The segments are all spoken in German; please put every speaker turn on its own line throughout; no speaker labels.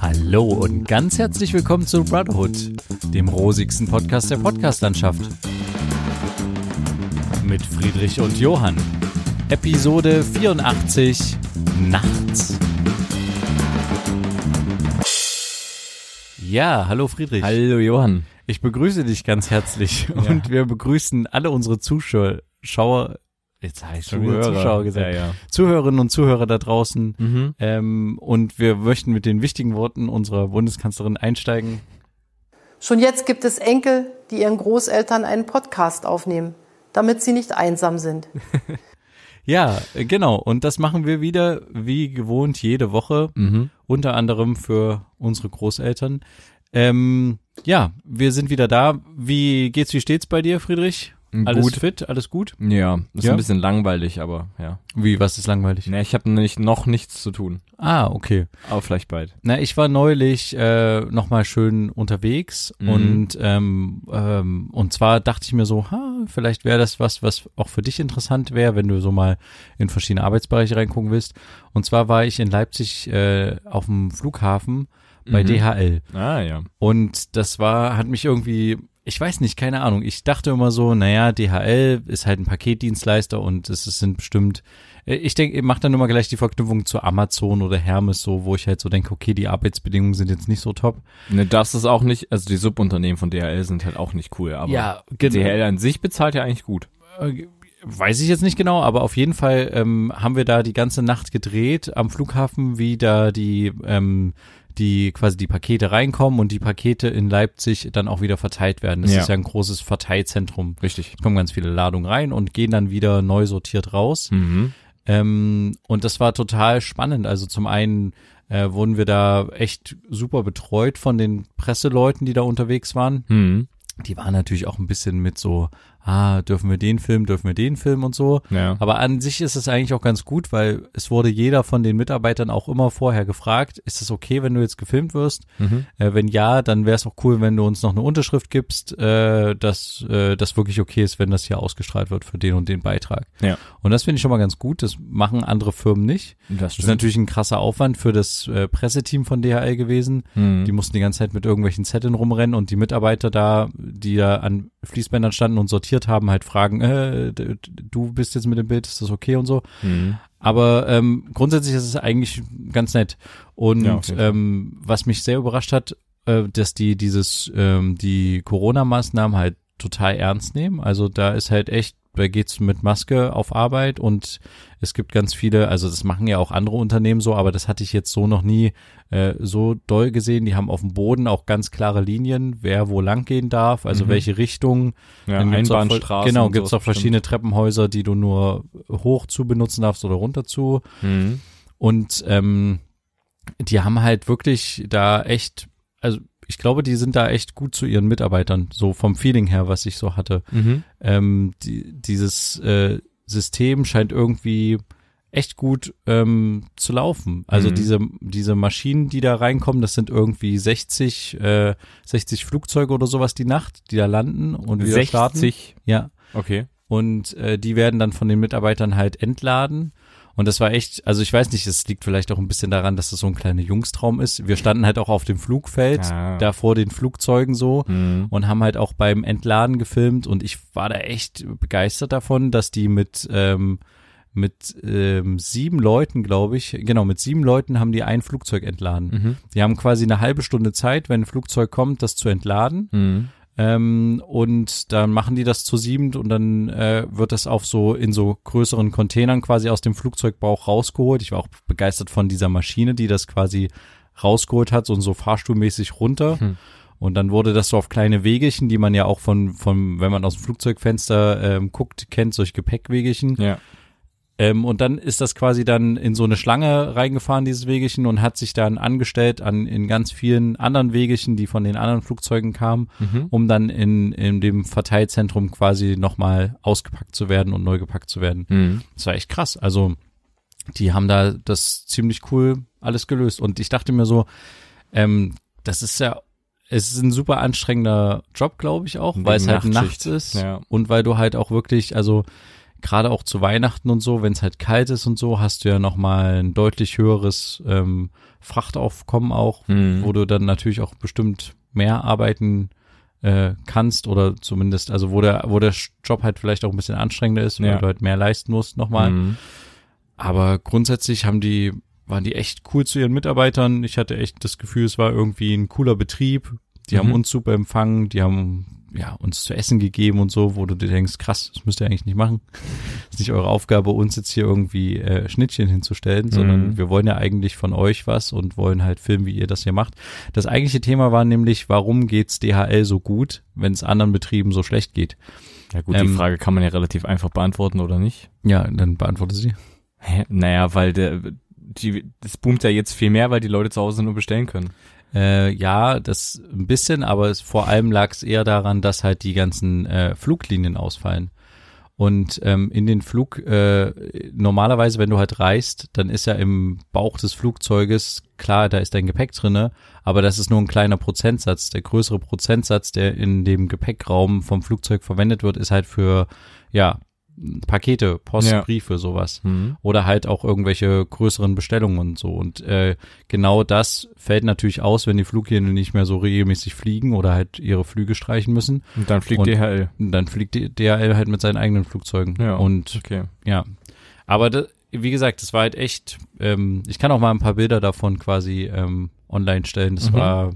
Hallo und ganz herzlich willkommen zu Brotherhood, dem rosigsten Podcast der Podcastlandschaft. Mit Friedrich und Johann. Episode 84 Nachts. Ja, hallo Friedrich.
Hallo Johann.
Ich begrüße dich ganz herzlich und wir begrüßen alle unsere Zuschauer. Schauer- Jetzt habe ich schon wieder
Zuhörer.
Zuschauer gesagt.
Ja, ja.
Zuhörerinnen und Zuhörer da draußen. Ähm, und wir möchten mit den wichtigen Worten unserer Bundeskanzlerin einsteigen.
Schon jetzt gibt es Enkel, die ihren Großeltern einen Podcast aufnehmen, damit sie nicht einsam sind.
Ja, äh, genau. Und das machen wir wieder wie gewohnt jede Woche, unter anderem für unsere Großeltern. Ähm, ja, wir sind wieder da. Wie geht's, wie steht's bei dir, Friedrich? Alles
Gut.
fit, alles gut?
Ja, ist
Ja.
ein bisschen langweilig, aber ja.
Wie, was ist langweilig?
Ne, ich habe nicht, noch nichts zu tun.
Ah, okay.
Aber vielleicht bald.
Na, ich war neulich äh, nochmal schön unterwegs und ähm, ähm, und zwar dachte ich mir so, ha, vielleicht wäre das was, was auch für dich interessant wäre, wenn du so mal in verschiedene Arbeitsbereiche reingucken willst. Und zwar war ich in Leipzig äh, auf dem Flughafen bei DHL
Ah, ja.
und das war hat mich irgendwie ich weiß nicht, keine Ahnung. Ich dachte immer so, naja, DHL ist halt ein Paketdienstleister und es es sind bestimmt, äh, ich denke, ich mache dann immer gleich die Verknüpfung zu Amazon oder Hermes, so, wo ich halt so denke, okay, die Arbeitsbedingungen sind jetzt nicht so top.
Ne, das ist auch nicht, also die Subunternehmen von DHL sind halt auch nicht cool, aber
genau.
DHL an sich bezahlt ja eigentlich gut.
weiß ich jetzt nicht genau, aber auf jeden Fall ähm, haben wir da die ganze Nacht gedreht am Flughafen, wie da die ähm, die quasi die Pakete reinkommen und die Pakete in Leipzig dann auch wieder verteilt werden. Das
Ja.
ist ja ein großes Verteilzentrum.
Richtig.
Es kommen ganz viele Ladungen rein und gehen dann wieder neu sortiert raus.
Hm. Mhm.
Ähm, und das war total spannend. Also zum einen äh, wurden wir da echt super betreut von den Presseleuten, die da unterwegs waren.
Mhm.
Die waren natürlich auch ein bisschen mit so, ah, dürfen wir den Film, dürfen wir den Film und so.
Ja.
Aber an sich ist es eigentlich auch ganz gut, weil es wurde jeder von den Mitarbeitern auch immer vorher gefragt, ist es okay, wenn du jetzt gefilmt wirst?
Mhm.
Äh, wenn ja, dann wäre es auch cool, wenn du uns noch eine Unterschrift gibst, äh, dass äh, das wirklich okay ist, wenn das hier ausgestrahlt wird für den und den Beitrag.
Ja.
Und das finde ich schon mal ganz gut. Das machen andere Firmen nicht.
Das
Das ist natürlich ein krasser Aufwand für das äh, Presseteam von DHL gewesen. Die mussten die ganze Zeit mit irgendwelchen Zetteln rumrennen und die Mitarbeiter da, die da an Fließbändern standen und sortiert haben, halt fragen, äh, d- d- du bist jetzt mit dem Bild, ist das okay und so.
Mhm.
Aber ähm, grundsätzlich ist es eigentlich ganz nett. Und
Ja, auf jeden Fall.
ähm, was mich sehr überrascht hat, äh, dass die dieses, ähm, die Corona-Maßnahmen halt total ernst nehmen. Also da ist halt echt, da geht's mit Maske auf Arbeit und es gibt ganz viele, also das machen ja auch andere Unternehmen so, aber das hatte ich jetzt so noch nie äh, so doll gesehen. Die haben auf dem Boden auch ganz klare Linien, wer wo lang gehen darf,
Mhm.
also welche Richtung.
Ja,
Dann gibt's auch voll-
Einbahnstraßen
Genau,
und
gibt's
so,
auch verschiedene Treppenhäuser, die du nur hoch zu benutzen darfst oder runter zu.
Mhm.
Und ähm, die haben halt wirklich da echt, also ich glaube, die sind da echt gut zu ihren Mitarbeitern, so vom Feeling her, was ich so hatte.
Mhm.
Ähm, die, dieses äh, System scheint irgendwie echt gut ähm, zu laufen. Also
Mhm.
diese, diese Maschinen, die da reinkommen, das sind irgendwie 60, äh, 60 Flugzeuge oder sowas die Nacht, die da landen und wieder starten.
60.
Ja.
Okay.
Und äh, die werden dann von den Mitarbeitern halt entladen. Und das war echt, also ich weiß nicht, es liegt vielleicht auch ein bisschen daran, dass das so ein kleiner Jungstraum ist. Wir standen halt auch auf dem Flugfeld,
Ah.
da vor den Flugzeugen so
Mhm.
und haben halt auch beim Entladen gefilmt. Und ich war da echt begeistert davon, dass die mit, ähm, mit ähm, sieben Leuten, glaube ich, genau, mit sieben Leuten haben die ein Flugzeug entladen. Die haben quasi eine halbe Stunde Zeit, wenn ein Flugzeug kommt, das zu entladen.
Mhm.
Ähm, und dann machen die das zu siebend und dann äh, wird das auf so in so größeren Containern quasi aus dem Flugzeugbauch rausgeholt. Ich war auch begeistert von dieser Maschine, die das quasi rausgeholt hat, so, so fahrstuhlmäßig runter. Und dann wurde das so auf kleine Wegelchen, die man ja auch von, von wenn man aus dem Flugzeugfenster ähm, guckt, kennt, solche Gepäckwegelchen.
Ja.
Ähm, und dann ist das quasi dann in so eine Schlange reingefahren, dieses Wegelchen, und hat sich dann angestellt an, in ganz vielen anderen Wegelchen, die von den anderen Flugzeugen kamen,
Mhm.
um dann in, in dem Verteilzentrum quasi nochmal ausgepackt zu werden und neu gepackt zu werden.
Mhm.
Das war echt krass. Also, die haben da das ziemlich cool alles gelöst. Und ich dachte mir so, ähm, das ist ja, es ist ein super anstrengender Job, glaube ich auch, weil es halt
Nachtschicht.
nachts ist
Ja.
und weil du halt auch wirklich, also gerade auch zu Weihnachten und so, wenn es halt kalt ist und so, hast du ja nochmal ein deutlich höheres ähm, Frachtaufkommen auch,
Mhm.
wo du dann natürlich auch bestimmt mehr arbeiten äh, kannst oder zumindest, also wo der, wo der Job halt vielleicht auch ein bisschen anstrengender ist, weil
Ja.
du halt mehr leisten musst nochmal.
Mhm.
Aber grundsätzlich haben die, waren die echt cool zu ihren Mitarbeitern. Ich hatte echt das Gefühl, es war irgendwie ein cooler Betrieb. Die haben
Mhm.
uns super empfangen, die haben ja uns zu essen gegeben und so, wo du dir denkst, krass, das müsst ihr eigentlich nicht machen. ist nicht eure Aufgabe, uns jetzt hier irgendwie äh, Schnittchen hinzustellen, sondern
Mhm.
wir wollen ja eigentlich von euch was und wollen halt filmen, wie ihr das hier macht. Das eigentliche Thema war nämlich, warum geht's DHL so gut, wenn es anderen Betrieben so schlecht geht?
Ja gut,
Ähm,
die Frage kann man ja relativ einfach beantworten, oder nicht?
Ja, dann beantworte sie.
Hä? Naja, weil der, die, das boomt ja jetzt viel mehr, weil die Leute zu Hause nur bestellen können.
Äh, ja, das ein bisschen, aber es, vor allem lag es eher daran, dass halt die ganzen äh, Fluglinien ausfallen. Und ähm, in den Flug, äh, normalerweise, wenn du halt reist, dann ist ja im Bauch des Flugzeuges, klar, da ist dein Gepäck drinne, aber das ist nur ein kleiner Prozentsatz. Der größere Prozentsatz, der in dem Gepäckraum vom Flugzeug verwendet wird, ist halt für, ja, Pakete, Post,
Ja.
Briefe, sowas oder halt auch irgendwelche größeren Bestellungen und so. Und äh, genau das fällt natürlich aus, wenn die Fluglinien nicht mehr so regelmäßig fliegen oder halt ihre Flüge streichen müssen.
Und dann fliegt
Und-
DHL.
Und dann fliegt die DHL halt mit seinen eigenen Flugzeugen.
Ja.
Und
Okay.
ja, aber da, wie gesagt, das war halt echt, ähm, ich kann auch mal ein paar Bilder davon quasi ähm, online stellen. Das
Mhm.
war,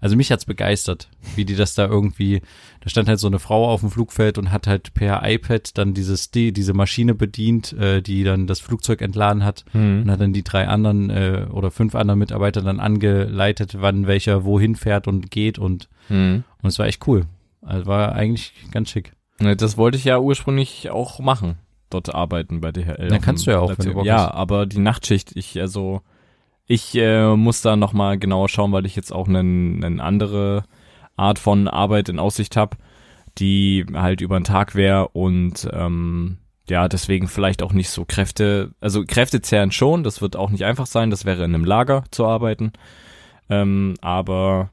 also mich hat's begeistert, wie die das da irgendwie, da stand halt so eine Frau auf dem Flugfeld und hat halt per iPad dann dieses, die, diese Maschine bedient, äh, die dann das Flugzeug entladen hat und hat dann die drei anderen äh, oder fünf anderen Mitarbeiter dann angeleitet, wann welcher wohin fährt und geht und,
Mhm.
und es war echt cool. Also war eigentlich ganz schick.
Ne, Das wollte ich ja ursprünglich auch machen, dort arbeiten bei DHL.
Na, kannst du ja auch, wenn du Bock
ja,
hast.
aber die Nachtschicht, ich also ich äh, muss da noch mal genauer schauen, weil ich jetzt auch eine andere Art von Arbeit in Aussicht habe, die halt über den Tag wäre und ähm, ja, deswegen vielleicht auch nicht so Kräfte, also Kräfte zehren schon, das wird auch nicht einfach sein, das wäre in einem Lager zu arbeiten. Ähm, aber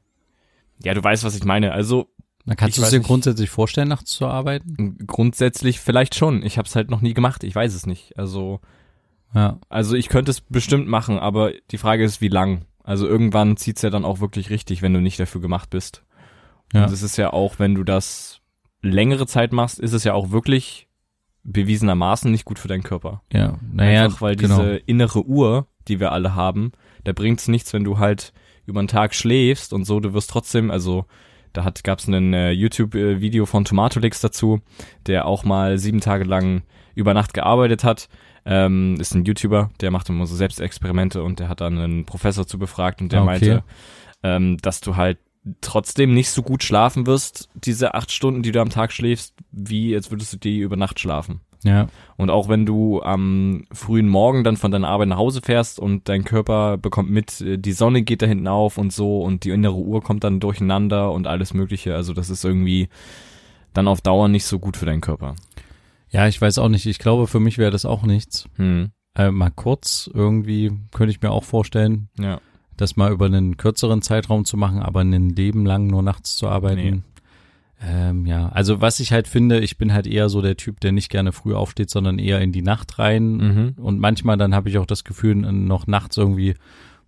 ja, du weißt, was ich meine. Also
Dann kannst du
Ich
es
weiß
dir
nicht.
grundsätzlich vorstellen, nachts zu arbeiten?
Grundsätzlich vielleicht schon. Ich habe es halt noch nie gemacht. Ich weiß es nicht. Also,
Ja.
also ich könnte es bestimmt machen, aber die Frage ist, wie lang. Also irgendwann zieht's ja dann auch wirklich richtig, wenn du nicht dafür gemacht bist.
Ja.
Und es ist ja auch, wenn du das längere Zeit machst, ist es ja auch wirklich bewiesenermaßen nicht gut für deinen Körper.
Ja, naja,
Einfach weil
genau.
diese innere Uhr, die wir alle haben, da bringt's nichts, wenn du halt über den Tag schläfst und so, du wirst trotzdem, also da hat gab's ein äh, YouTube-Video von Tomatolix dazu, der auch mal sieben Tage lang über Nacht gearbeitet hat. Ähm, ist ein YouTuber, der macht immer so Selbstexperimente und der hat dann einen Professor zu befragt und der
Ah, okay.
meinte, ähm, dass du halt trotzdem nicht so gut schlafen wirst, diese acht Stunden, die du am Tag schläfst, wie jetzt würdest du die über Nacht schlafen.
Ja,
Und auch wenn du am frühen Morgen dann von deiner Arbeit nach Hause fährst und dein Körper bekommt mit, äh, die Sonne geht da hinten auf und so und die innere Uhr kommt dann durcheinander und alles Mögliche. Also das ist irgendwie dann auf Dauer nicht so gut für deinen Körper.
ja, ich weiß auch nicht. Ich glaube, für mich wäre das auch nichts.
Hm.
Äh, mal kurz irgendwie könnte ich mir auch vorstellen,
Ja.
das mal über einen kürzeren Zeitraum zu machen, aber ein Leben lang nur nachts zu arbeiten. Ähm, ja, also was ich halt finde, ich bin halt eher so der Typ, der nicht gerne früh aufsteht, sondern eher in die Nacht rein.
Mhm.
Und manchmal dann habe ich auch das Gefühl, noch nachts irgendwie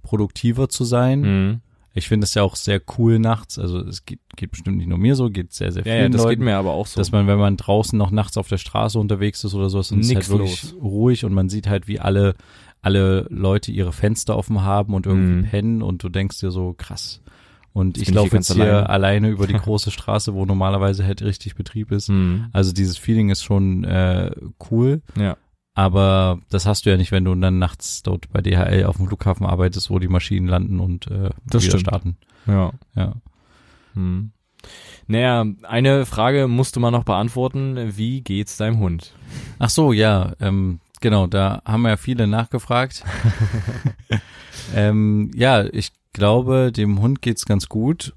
produktiver zu sein.
Mhm.
Ich finde es ja auch sehr cool nachts. Also es geht, geht bestimmt nicht nur mir so, geht sehr, sehr
Ja,
vielen
ja, das
Leuten.
geht mir aber auch so.
dass man, wenn man draußen noch nachts auf der Straße unterwegs ist oder so, ist es halt
Nix
wirklich ruhig und man sieht halt, wie alle, alle Leute ihre Fenster offen haben und irgendwie
Mhm.
pennen und du denkst dir so, krass. Und ich
bin ich
laufe
hier
jetzt
ganz
hier alleine.
alleine.
über die große Straße, wo normalerweise halt richtig Betrieb ist.
mhm.
Also dieses Feeling ist schon äh, cool,
Ja.
aber das hast du ja nicht, wenn du dann nachts dort bei DHL auf dem Flughafen arbeitest, wo die Maschinen landen und äh,
Das
wieder
stimmt.
starten.
Ja.
Ja.
Mhm. Naja, eine Frage musst du mal noch beantworten. Wie geht's deinem Hund?
Ach so, ja, ähm, genau, da haben ja viele nachgefragt. ähm, ja, ich glaube, dem Hund geht's ganz gut.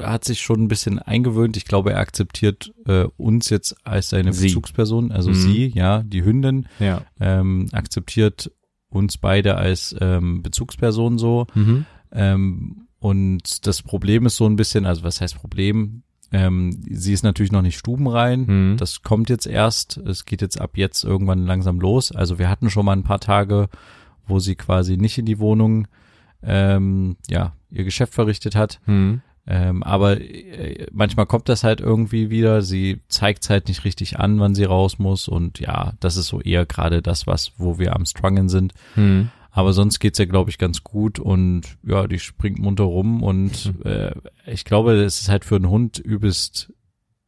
Er hat sich schon ein bisschen eingewöhnt. Ich glaube, er akzeptiert äh, uns jetzt als seine
Sie.
Bezugsperson, also
Mhm.
sie, ja, die Hündin,
Ja.
ähm, akzeptiert uns beide als ähm, Bezugsperson so.
Mhm.
Ähm, und das Problem ist so ein bisschen, also was heißt Problem? Ähm, sie ist natürlich noch nicht stubenrein.
Mhm.
Das kommt jetzt erst. Es geht jetzt ab jetzt irgendwann langsam los. Also wir hatten schon mal ein paar Tage, wo sie quasi nicht in die Wohnung, ähm, ja, ihr Geschäft verrichtet hat.
Mhm.
Ähm, aber äh, manchmal kommt das halt irgendwie wieder. Sie zeigt es halt nicht richtig an, wann sie raus muss. Und ja, das ist so eher gerade das, was, wo wir am Struggeln sind.
Mhm.
Aber sonst geht's ja, glaube ich, ganz gut und ja, die springt munter rum und äh, ich glaube, es ist halt für einen Hund übelst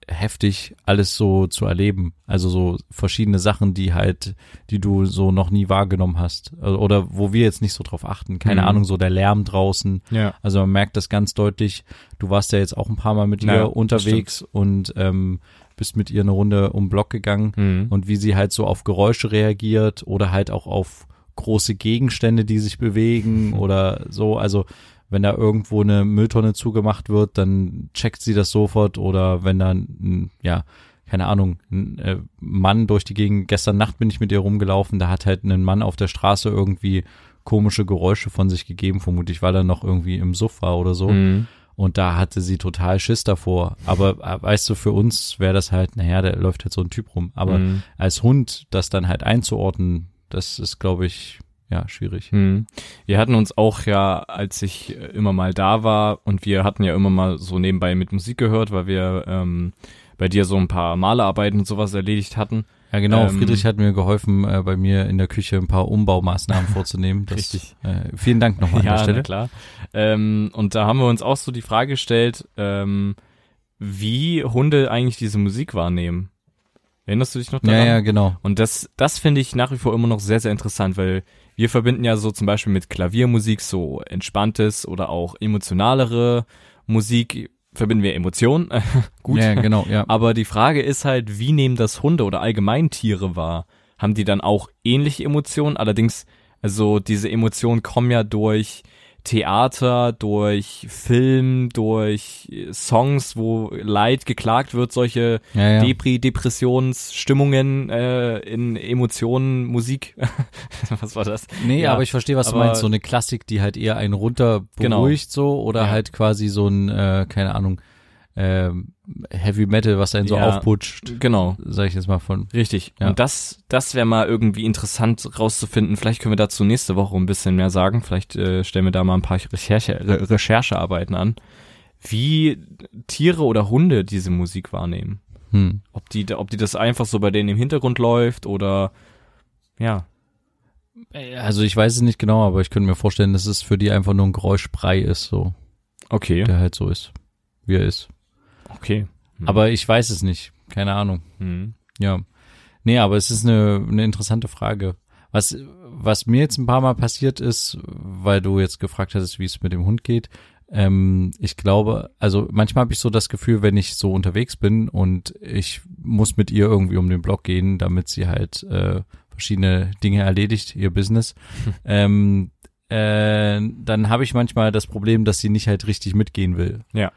heftig, alles so zu erleben. Also so verschiedene Sachen, die halt, die du so noch nie wahrgenommen hast. Also- Oder wo wir jetzt nicht so drauf achten. Keine
Mhm.
Ahnung, so der Lärm draußen.
Ja.
Also man merkt das ganz deutlich. Du warst ja jetzt auch ein paar Mal mit ihr
Naja,
unterwegs und ähm, bist mit ihr eine Runde um den Block gegangen
Mhm.
und wie sie halt so auf Geräusche reagiert oder halt auch auf große Gegenstände, die sich
Mhm.
bewegen oder so. Also wenn da irgendwo eine Mülltonne zugemacht wird, dann checkt sie das sofort oder wenn dann, ein, ja, keine Ahnung, ein äh, Mann durch die Gegend, gestern Nacht bin ich mit ihr rumgelaufen, da hat halt ein Mann auf der Straße irgendwie komische Geräusche von sich gegeben, vermutlich, weil er noch irgendwie im Suff war oder so.
Mhm.
Und da hatte sie total Schiss davor. Aber äh, weißt du, für uns wäre das halt, naja, da läuft halt so ein Typ rum. Aber
Mhm.
als Hund das dann halt einzuordnen, das ist, glaube ich, ja, schwierig.
Hm. Wir hatten uns auch ja, als ich äh, immer mal da war und wir hatten ja immer mal so nebenbei mit Musik gehört, weil wir ähm, bei dir so ein paar Malerarbeiten und sowas erledigt hatten.
Ja, genau.
Ähm,
Friedrich hat mir geholfen, äh, bei mir in der Küche ein paar Umbaumaßnahmen vorzunehmen. Das,
Richtig.
Äh, vielen Dank nochmal an der
na
Stelle.
klar. Ähm, und da haben wir uns auch so die Frage gestellt, ähm, wie Hunde eigentlich diese Musik wahrnehmen. Erinnerst du dich noch daran?
Ja, ja, genau.
Und das, das finde ich nach wie vor immer noch sehr, sehr interessant, weil wir verbinden ja so zum Beispiel mit Klaviermusik so entspanntes oder auch emotionalere Musik, verbinden wir Emotionen, gut.
Ja, genau, ja.
Aber die Frage ist halt, wie nehmen das Hunde oder allgemein Tiere wahr? Haben die dann auch ähnliche Emotionen? Allerdings, also diese Emotionen kommen ja durch Theater, durch Film, durch äh, Songs, wo Leid geklagt wird, solche
Ja, ja.
Depri, Depressionsstimmungen äh, in Emotionen, Musik. Was war das?
Nee,
Ja,
aber ich verstehe, was du
aber-
meinst. So eine Klassik, die halt eher einen runter
Genau.
beruhigt so oder
Ja.
halt quasi so ein, äh, keine Ahnung, ähm, Heavy Metal, was einen so
Ja.
aufputscht,
Genau.
sag ich jetzt mal von.
Richtig.
Ja.
Und das, das wäre mal irgendwie interessant rauszufinden. Vielleicht können wir dazu nächste Woche ein bisschen mehr sagen. Vielleicht äh, stellen wir da mal ein paar Recherche, Re Recherchearbeiten an, wie Tiere oder Hunde diese Musik wahrnehmen.
Hm.
Ob die, ob die das einfach so bei denen im Hintergrund läuft oder ja.
Also ich weiß es nicht genau, aber ich könnte mir vorstellen, dass es für die einfach nur ein Geräuschbrei ist, so,
Okay.
der halt so ist, wie er ist.
Okay. Mhm.
Aber ich weiß es nicht. Keine Ahnung.
Mhm.
Ja. Nee, aber es ist eine, eine interessante Frage. Was, was mir jetzt ein paar Mal passiert ist, weil du jetzt gefragt hattest, wie es mit dem Hund geht. Ähm, ich glaube, also manchmal habe ich so das Gefühl, wenn ich so unterwegs bin und ich muss mit ihr irgendwie um den Block gehen, damit sie halt äh, verschiedene Dinge erledigt, ihr Business, ähm, äh, dann habe ich manchmal das Problem, dass sie nicht halt richtig mitgehen will.
Ja.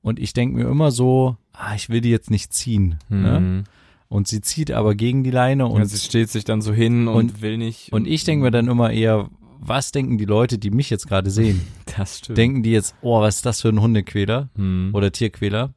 Und ich denke mir immer so, ah, ich will die jetzt nicht ziehen. Ne?
Mhm.
Und sie zieht aber gegen die Leine
Und
und,
sie steht sich dann so hin und,
und-
will nicht.
und ich denke mir dann immer eher, was denken die Leute, die mich jetzt gerade sehen?
das stimmt.
denken die jetzt, oh, was ist das für ein Hundequäler
Mhm.
oder Tierquäler?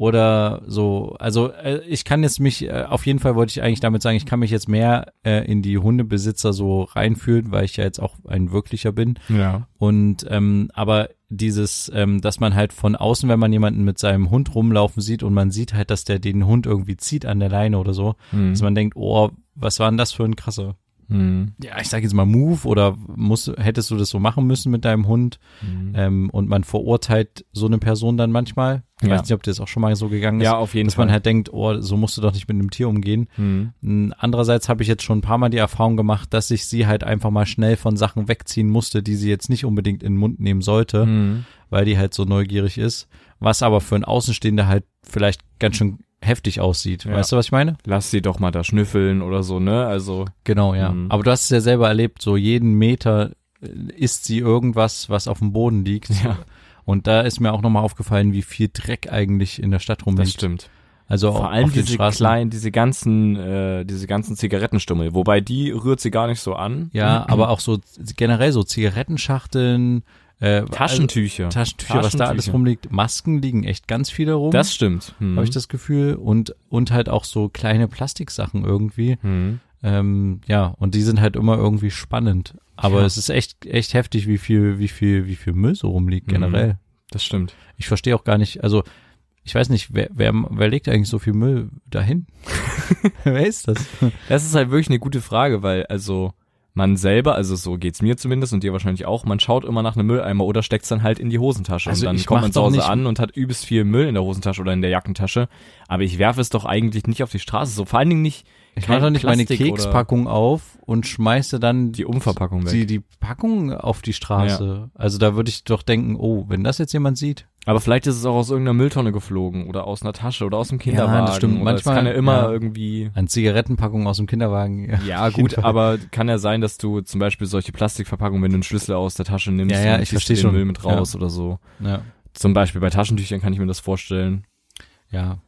Oder so, also äh, ich kann jetzt mich, äh, auf jeden Fall wollte ich eigentlich damit sagen, ich kann mich jetzt mehr äh, in die Hundebesitzer so reinfühlen, weil ich ja jetzt auch ein wirklicher bin.
ja.
Und ähm, aber dieses, ähm, dass man halt von außen, wenn man jemanden mit seinem Hund rumlaufen sieht und man sieht halt, dass der den Hund irgendwie zieht an der Leine oder so,
Mhm.
dass man denkt, oh, was war denn das für ein krasser?
Mhm.
Ja, ich sage jetzt mal Move oder musst, hättest du das so machen müssen mit deinem Hund?
Mhm.
Ähm, und man verurteilt so eine Person dann manchmal. Ich
Ja.
weiß nicht, ob dir das auch schon mal so gegangen ist.
Ja, auf jeden
dass
Fall.
man halt denkt, oh, so musst du doch nicht mit einem Tier umgehen.
mhm.
Mm, Andererseits habe ich jetzt schon ein paar Mal die Erfahrung gemacht, dass ich sie halt einfach mal schnell von Sachen wegziehen musste, die sie jetzt nicht unbedingt in den Mund nehmen sollte,
Mhm.
weil die halt so neugierig ist. Was aber für einen Außenstehender halt vielleicht ganz schön heftig aussieht.
Ja.
Weißt du, was ich meine?
Lass sie doch mal da schnüffeln oder so, ne? Also,
Genau, ja.
Mhm.
Aber du hast es ja selber erlebt, so jeden Meter äh, isst sie irgendwas, was auf dem Boden liegt.
Ja.
Und da ist mir auch nochmal aufgefallen, wie viel Dreck eigentlich in der Stadt
das
rumliegt.
stimmt.
Also
Vor
auf
allem
auf den
diese
Straßen.
kleinen, diese ganzen, äh, diese ganzen Zigarettenstummel. Wobei die rührt sie gar nicht so an.
Ja, aber auch so z- generell so Zigarettenschachteln, Äh,
Taschentücher.
Also, Taschentücher, was da alles rumliegt. Masken liegen echt ganz viele rum.
Das stimmt. Hm.
habe ich das Gefühl. Und, und halt auch so kleine Plastiksachen irgendwie.
Hm.
Ähm, ja, und die sind halt immer irgendwie spannend. Aber
Ja.
es ist echt, echt heftig, wie viel, wie viel, wie viel Müll so
Mhm.
rumliegt generell.
Das stimmt.
Ich verstehe auch gar nicht, also ich weiß nicht, wer, wer, wer legt eigentlich so viel Müll dahin? wer ist das?
Das ist halt wirklich eine gute Frage, weil also man selber, also so geht's mir zumindest und dir wahrscheinlich auch, man schaut immer nach einem Mülleimer oder steckt's dann halt in die Hosentasche
Also
und dann
ich
kommt
mach
man zu
doch
Hause
nicht-
an und hat übelst viel Müll in der Hosentasche oder in der Jackentasche, aber ich werfe es doch eigentlich nicht auf die Straße, so vor allen Dingen nicht
Ich
kein
mache doch nicht
Plastik
meine
oder
Kekspackung auf und schmeiße dann
die Umverpackung weg.
die, die Packung auf die Straße. Also da würde ich doch denken, oh, wenn das jetzt jemand sieht.
Aber vielleicht ist es auch aus irgendeiner Mülltonne geflogen oder aus einer Tasche oder aus dem Kinderwagen.
das stimmt.
Oder
Manchmal-
es kann ja immer
ja.
irgendwie.
Eine Zigarettenpackung aus dem Kinderwagen.
Ja,
auf jeden
gut,
Fall.
aber kann ja sein, dass du zum Beispiel solche Plastikverpackungen, wenn du einen Schlüssel aus der Tasche nimmst,
Ja, ja,
dann
ich
ziehst du
versteh
den
schon.
Müll mit
Ja.
raus oder so.
Ja.
Zum Beispiel bei Taschentüchern kann ich mir das vorstellen.
ja.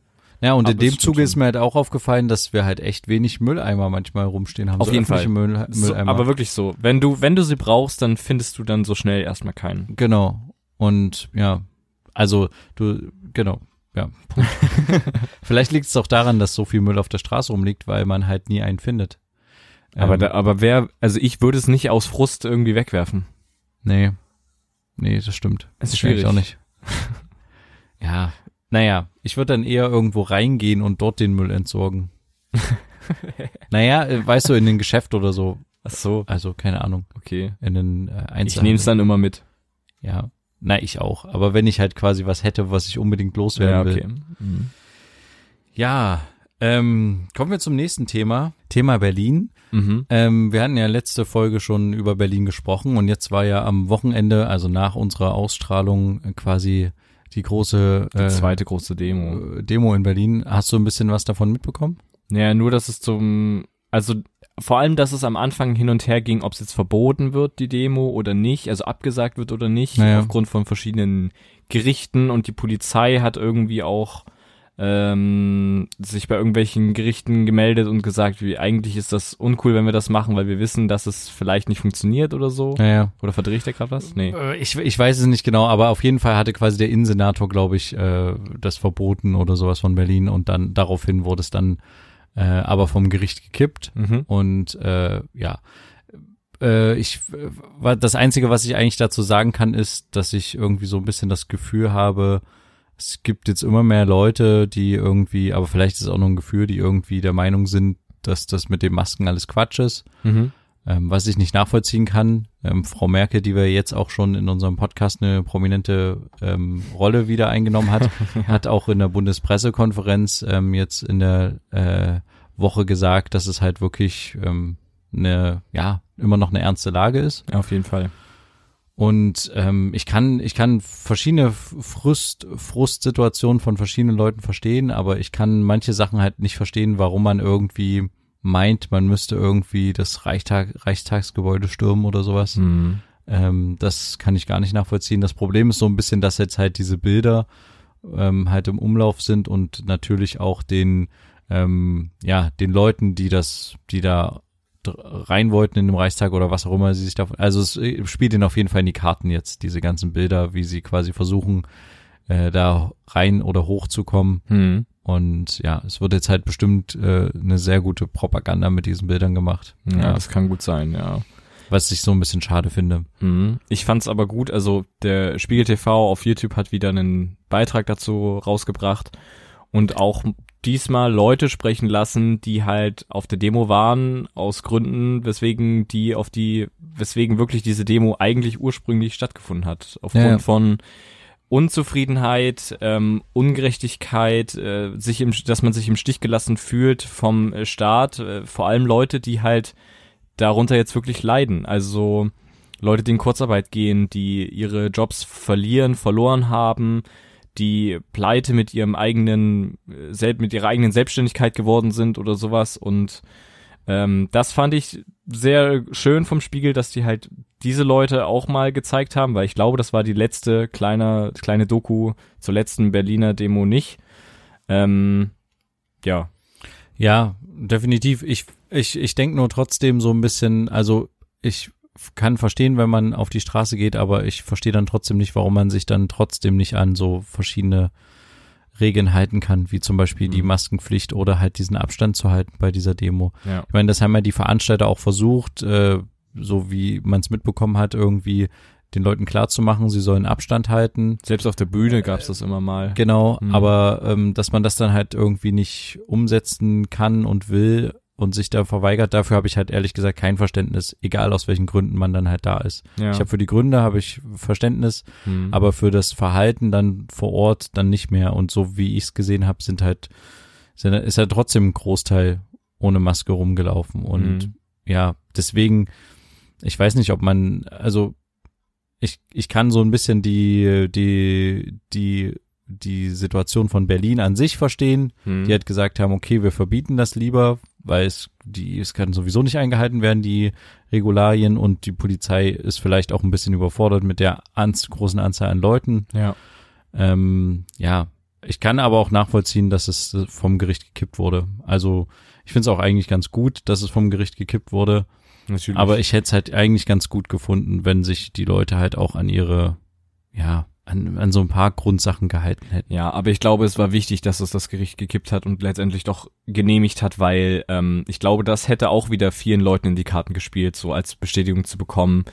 Ja, und
Aber
in
es
dem
stimmt
Zuge ist
schon.
mir halt auch aufgefallen, dass wir halt echt wenig Mülleimer manchmal rumstehen haben.
Auf jeden
öffentliche
Fall.
Müll,
So,
Mülleimer.
aber wirklich so. Wenn du, wenn du sie brauchst, dann findest du dann so schnell erstmal keinen.
Genau. Und ja, also du, genau, ja, Punkt. Vielleicht liegt es auch daran, dass so viel Müll auf der Straße rumliegt, weil man halt nie einen findet.
Aber,
Ähm,
da, aber wer, also ich würde es nicht aus Frust irgendwie wegwerfen.
Nee. Nee, das stimmt.
Es ist
Wahrscheinlich
schwierig.
auch nicht. ja. Naja, ich würde dann eher irgendwo reingehen und dort den Müll entsorgen. naja, äh, weißt du, in den Geschäft oder so.
Ach so,
Also, keine Ahnung.
okay.
In den äh,
Ich
Einzelhandel.
nehme es dann immer mit.
Ja. Na, ich auch. Aber wenn ich halt quasi was hätte, was ich unbedingt loswerden will,
Mhm.
Ja, ähm, kommen wir zum nächsten Thema. Thema Berlin.
Mhm.
Ähm, wir hatten ja letzte Folge schon über Berlin gesprochen und jetzt war ja am Wochenende, also nach unserer Ausstrahlung, äh, quasi die große äh,
Zweite große Demo.
äh, Demo in Berlin. Hast du ein bisschen was davon mitbekommen?
Naja, nur, dass es zum, also vor allem, dass es am Anfang hin und her ging, ob es jetzt verboten wird, die Demo oder nicht, also abgesagt wird oder nicht,
Naja.
aufgrund von verschiedenen Gerichten und die Polizei hat irgendwie auch ähm, sich bei irgendwelchen Gerichten gemeldet und gesagt, wie eigentlich ist das uncool, wenn wir das machen, weil wir wissen, dass es vielleicht nicht funktioniert oder so.
Naja.
Oder verdrehe ich da gerade was? Nee.
Äh, Ich, ich weiß es nicht genau, aber auf jeden Fall hatte quasi der Innensenator, glaube ich, äh, das verboten oder sowas von Berlin und dann daraufhin wurde es dann äh, aber vom Gericht gekippt.
Mhm.
Und äh, ja, äh, ich äh, wa- das Einzige, was ich eigentlich dazu sagen kann, ist, dass ich irgendwie so ein bisschen das Gefühl habe, es gibt jetzt immer mehr Leute, die irgendwie, aber vielleicht ist es auch nur ein Gefühl, die irgendwie der Meinung sind, dass das mit den Masken alles Quatsch ist,
Mhm.
ähm, was ich nicht nachvollziehen kann. Ähm, Frau Merkel, die wir jetzt auch schon in unserem Podcast eine prominente ähm, Rolle wieder eingenommen hat, hat auch in der Bundespressekonferenz ähm, jetzt in der äh, Woche gesagt, dass es halt wirklich ähm, eine, ja, immer noch eine ernste Lage ist.
Ja, auf jeden Fall.
Und ähm, ich kann, ich kann verschiedene F- Frust, Frustsituationen von verschiedenen Leuten verstehen, aber ich kann manche Sachen halt nicht verstehen, warum man irgendwie meint, man müsste irgendwie das Reichstag, Reichstagsgebäude stürmen oder sowas.
Mhm.
Ähm, das kann ich gar nicht nachvollziehen. Das Problem ist so ein bisschen, dass jetzt halt diese Bilder ähm, halt im Umlauf sind und natürlich auch den, ähm, ja, den Leuten, die das, die da dr- rein wollten in den Reichstag oder was auch immer sie sich davon. Also es äh, spielt ihnen auf jeden Fall in die Karten jetzt, diese ganzen Bilder, wie sie quasi versuchen, äh, da rein oder hochzukommen.
Mhm.
Und ja, es wird jetzt halt bestimmt äh, eine sehr gute Propaganda mit diesen Bildern gemacht.
Ja,
Ja,
das kann gut sein, ja.
was ich so ein bisschen schade finde.
Mhm. Ich fand's aber gut, also der Spiegel TV auf YouTube hat wieder einen Beitrag dazu rausgebracht und auch diesmal Leute sprechen lassen, die halt auf der Demo waren, aus Gründen, weswegen die auf die, weswegen wirklich diese Demo eigentlich ursprünglich stattgefunden hat. Aufgrund
Ja, ja.
von Unzufriedenheit, ähm, Ungerechtigkeit, äh, sich im, dass man sich im Stich gelassen fühlt vom äh, Staat, äh, vor allem Leute, die halt darunter jetzt wirklich leiden. Also Leute, die in Kurzarbeit gehen, die ihre Jobs verlieren, verloren haben, die pleite mit ihrem eigenen, äh, selb, mit ihrer eigenen Selbstständigkeit geworden sind oder sowas. Und ähm, das fand ich sehr schön vom Spiegel, dass die halt diese Leute auch mal gezeigt haben, weil ich glaube, das war die letzte kleine, kleine Doku zur letzten Berliner Demo nicht. Ähm, ja.
Ja, definitiv. Ich, ich, ich denke nur trotzdem so ein bisschen, also ich kann verstehen, wenn man auf die Straße geht, aber ich verstehe dann trotzdem nicht, warum man sich dann trotzdem nicht an so verschiedene Regeln halten kann, wie zum Beispiel
Mhm.
die Maskenpflicht oder halt diesen Abstand zu halten bei dieser Demo.
Ja.
Ich meine, das haben ja die Veranstalter auch versucht, äh, so wie man es mitbekommen hat, irgendwie den Leuten klarzumachen, sie sollen Abstand halten.
Selbst auf der Bühne gab's das immer mal.
Genau,
Mhm.
aber ähm, dass man das dann halt irgendwie nicht umsetzen kann und will und sich da verweigert, dafür habe ich halt ehrlich gesagt kein Verständnis, egal aus welchen Gründen man dann halt da ist.
Ja.
Ich habe für die Gründe habe ich Verständnis,
Hm.
aber für das Verhalten dann vor Ort dann nicht mehr. Und so wie ich es gesehen habe, sind halt sind, ist halt trotzdem ein Großteil ohne Maske rumgelaufen. Und
Mhm.
ja, deswegen, ich weiß nicht, ob man, also ich, ich kann so ein bisschen die, die, die, die Situation von Berlin an sich verstehen.
Hm.
Die halt gesagt haben, okay, wir verbieten das lieber, weil es, die, es kann sowieso nicht eingehalten werden, die Regularien und die Polizei ist vielleicht auch ein bisschen überfordert mit der ans, großen Anzahl an Leuten.
ja.
Ähm, ja, ich kann aber auch nachvollziehen, dass es äh, vom Gericht gekippt wurde. Also ich finde es auch eigentlich ganz gut, dass es vom Gericht gekippt wurde.
Natürlich.
Aber ich hätte es halt eigentlich ganz gut gefunden, wenn sich die Leute halt auch an ihre, ja, an, an so ein paar Grundsachen gehalten hätten.
Ja, aber ich glaube, es war wichtig, dass es das Gericht gekippt hat und letztendlich doch genehmigt hat, weil ähm, ich glaube, das hätte auch wieder vielen Leuten in die Karten gespielt, so als Bestätigung zu bekommen.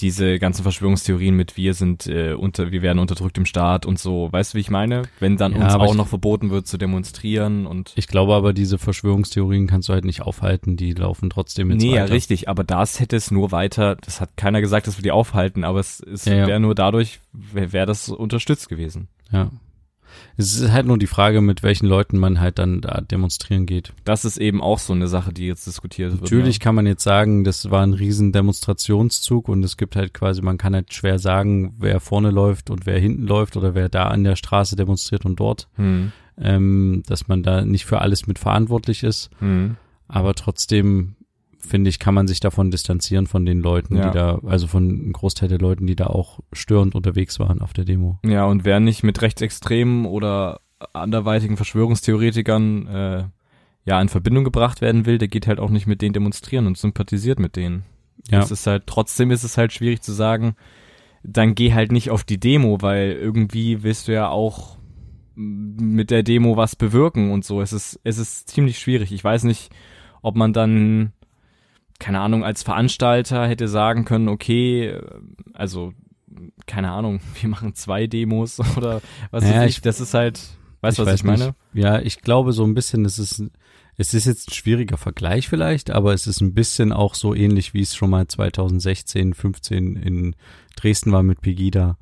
Diese ganzen Verschwörungstheorien mit wir sind äh, unter, wir werden unterdrückt im Staat und so, weißt du, wie ich meine? Wenn dann
Ja,
uns
aber
auch
ich-
noch verboten wird zu demonstrieren und
Ich glaube aber, diese Verschwörungstheorien kannst du halt nicht aufhalten, die laufen trotzdem ins
Nee, ja,
Weiter.
richtig, aber das hätte es nur weiter, das hat keiner gesagt, dass wir die aufhalten, aber es, es
Ja, ja.
wäre nur dadurch, wäre wär das unterstützt gewesen.
Ja. Es ist halt nur die Frage, mit welchen Leuten man halt dann da demonstrieren geht.
Das ist eben auch so eine Sache, die jetzt diskutiert wird. ne?
Natürlich kann man jetzt sagen, das war ein riesen Demonstrationszug und es gibt halt quasi, man kann halt schwer sagen, wer vorne läuft und wer hinten läuft oder wer da an der Straße demonstriert und dort,
Ja. Hm.
ähm, dass man da nicht für alles mit verantwortlich ist.
Hm.
Aber trotzdem, finde ich, kann man sich davon distanzieren von den Leuten,
Ja.
die da, also von einem Großteil der Leuten, die da auch störend unterwegs waren auf der Demo.
Ja, und wer nicht mit Rechtsextremen oder anderweitigen Verschwörungstheoretikern äh, ja in Verbindung gebracht werden will, der geht halt auch nicht mit denen demonstrieren und sympathisiert mit denen.
Ja.
Es ist halt, trotzdem ist es halt schwierig zu sagen, dann geh halt nicht auf die Demo, weil irgendwie willst du ja auch mit der Demo was bewirken und so. Es ist, es ist ziemlich schwierig. Ich weiß nicht, ob man dann, keine Ahnung, als Veranstalter hätte sagen können, okay, also, keine Ahnung, wir machen zwei Demos oder was
Naja,
weiß ich.
ich-
Das ist halt, weißt du, was ich
weiß
meine?
Nicht. Ja, ich glaube so ein bisschen, es ist, es ist jetzt ein schwieriger Vergleich vielleicht, aber es ist ein bisschen auch so ähnlich, wie es schon mal 2016, 15 in Dresden war mit Pegida.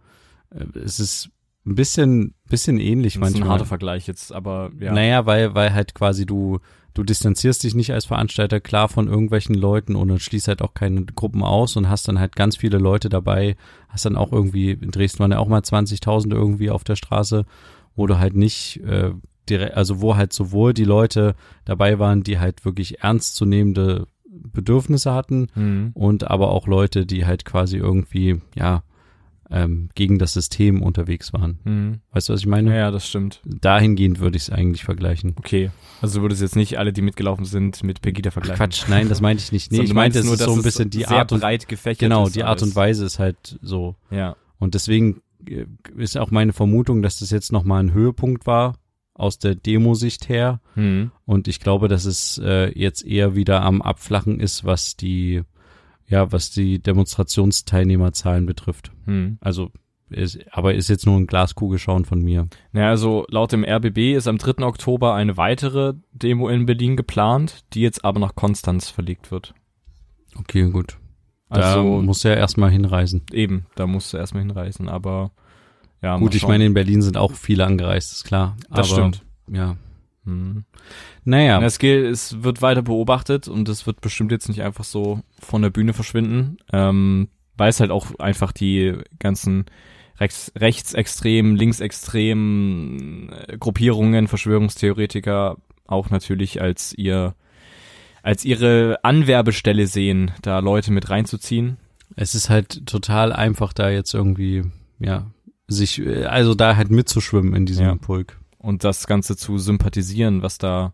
Äh, Es ist ein bisschen, bisschen ähnlich
das ist ein
manchmal.
harter Vergleich jetzt, aber ja.
Naja, weil, weil halt quasi du, du distanzierst dich nicht als Veranstalter klar von irgendwelchen Leuten und dann schließt halt auch keine Gruppen aus und hast dann halt ganz viele Leute dabei, hast dann auch irgendwie, in Dresden waren ja auch mal 20.000 irgendwie auf der Straße, wo du halt nicht, äh, direkt, also wo halt sowohl die Leute dabei waren, die halt wirklich ernstzunehmende Bedürfnisse hatten,
Hm.
und aber auch Leute, die halt quasi irgendwie, ja, ähm, gegen das System unterwegs waren.
Hm.
Weißt du, was ich meine?
Ja, ja, das stimmt.
Dahingehend würde ich es eigentlich vergleichen.
Okay, also du würdest jetzt nicht alle, die mitgelaufen sind, mit Pegida vergleichen.
Quatsch, nein, das meinte ich nicht. Nee,
Sondern
ich
du
meinte,
meinst
es ist so ein
dass
bisschen die
sehr
Art und
breit gefächert
genau,
ist
die Art
alles.
und Weise ist halt so.
Ja,
Und deswegen äh, ist auch meine Vermutung, dass das jetzt nochmal ein Höhepunkt war aus der Demo-Sicht her.
hm.
Und ich glaube, dass es äh, jetzt eher wieder am Abflachen ist, was die, ja, was die Demonstrationsteilnehmerzahlen betrifft.
Hm.
Also, ist, aber ist jetzt nur ein Glaskugelschauen von mir.
Naja, also laut dem RBB ist am 3. Oktober eine weitere Demo in Berlin geplant, die jetzt aber nach Konstanz verlegt wird.
Okay, gut. Also, da
Also
muss ja erstmal hinreisen.
eben, da musst du erstmal hinreisen, aber ja, mal
Gut, ich
schauen.
meine, in Berlin sind auch viele angereist, ist klar. aber,
das stimmt.
Ja.
Hm.
Naja,
Das geht, es wird weiter beobachtet und es wird bestimmt jetzt nicht einfach so von der Bühne verschwinden, ähm, weil es halt auch einfach die ganzen rechts, rechtsextremen, linksextremen äh, Gruppierungen, Verschwörungstheoretiker auch natürlich als ihr als ihre Anwerbestelle sehen, da Leute mit reinzuziehen.
es ist halt total einfach, da jetzt irgendwie, ja, sich, äh, also da halt mitzuschwimmen in diesem
Ja.
Pulk.
und das Ganze zu sympathisieren, was da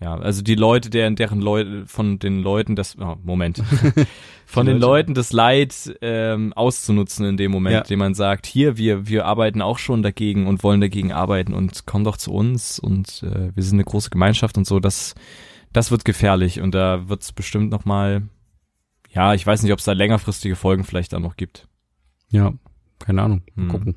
Ja, also die Leute, deren, deren Leute, von den Leuten das, oh, Moment, von
Die
den
Leute.
Leuten das Leid ähm, auszunutzen in dem Moment,
Ja.
den man sagt, hier, wir, wir arbeiten auch schon dagegen und wollen dagegen arbeiten und komm doch zu uns und äh, wir sind eine große Gemeinschaft und so, das, das wird gefährlich und da wird's bestimmt nochmal, ja, ich weiß nicht, ob es da längerfristige Folgen vielleicht dann noch gibt.
Ja, keine Ahnung. Mal
Hm.
gucken.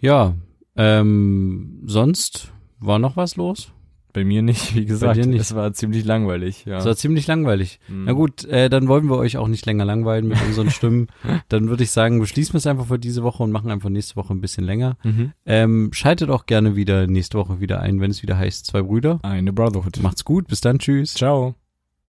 Ja, ähm, sonst war noch was los?
Bei mir nicht, wie gesagt,
dir nicht.
es war ziemlich langweilig, ja. Mhm.
Es war ziemlich langweilig. Na gut, äh, dann wollen wir euch auch nicht länger langweilen mit unseren Stimmen. Dann würde ich sagen, beschließen wir es einfach für diese Woche und machen einfach nächste Woche ein bisschen länger.
Mhm.
Ähm, schaltet auch gerne wieder nächste Woche wieder ein, wenn es wieder heißt Zwei Brüder.
Eine Brotherhood.
Macht's gut, bis dann, tschüss.
Ciao.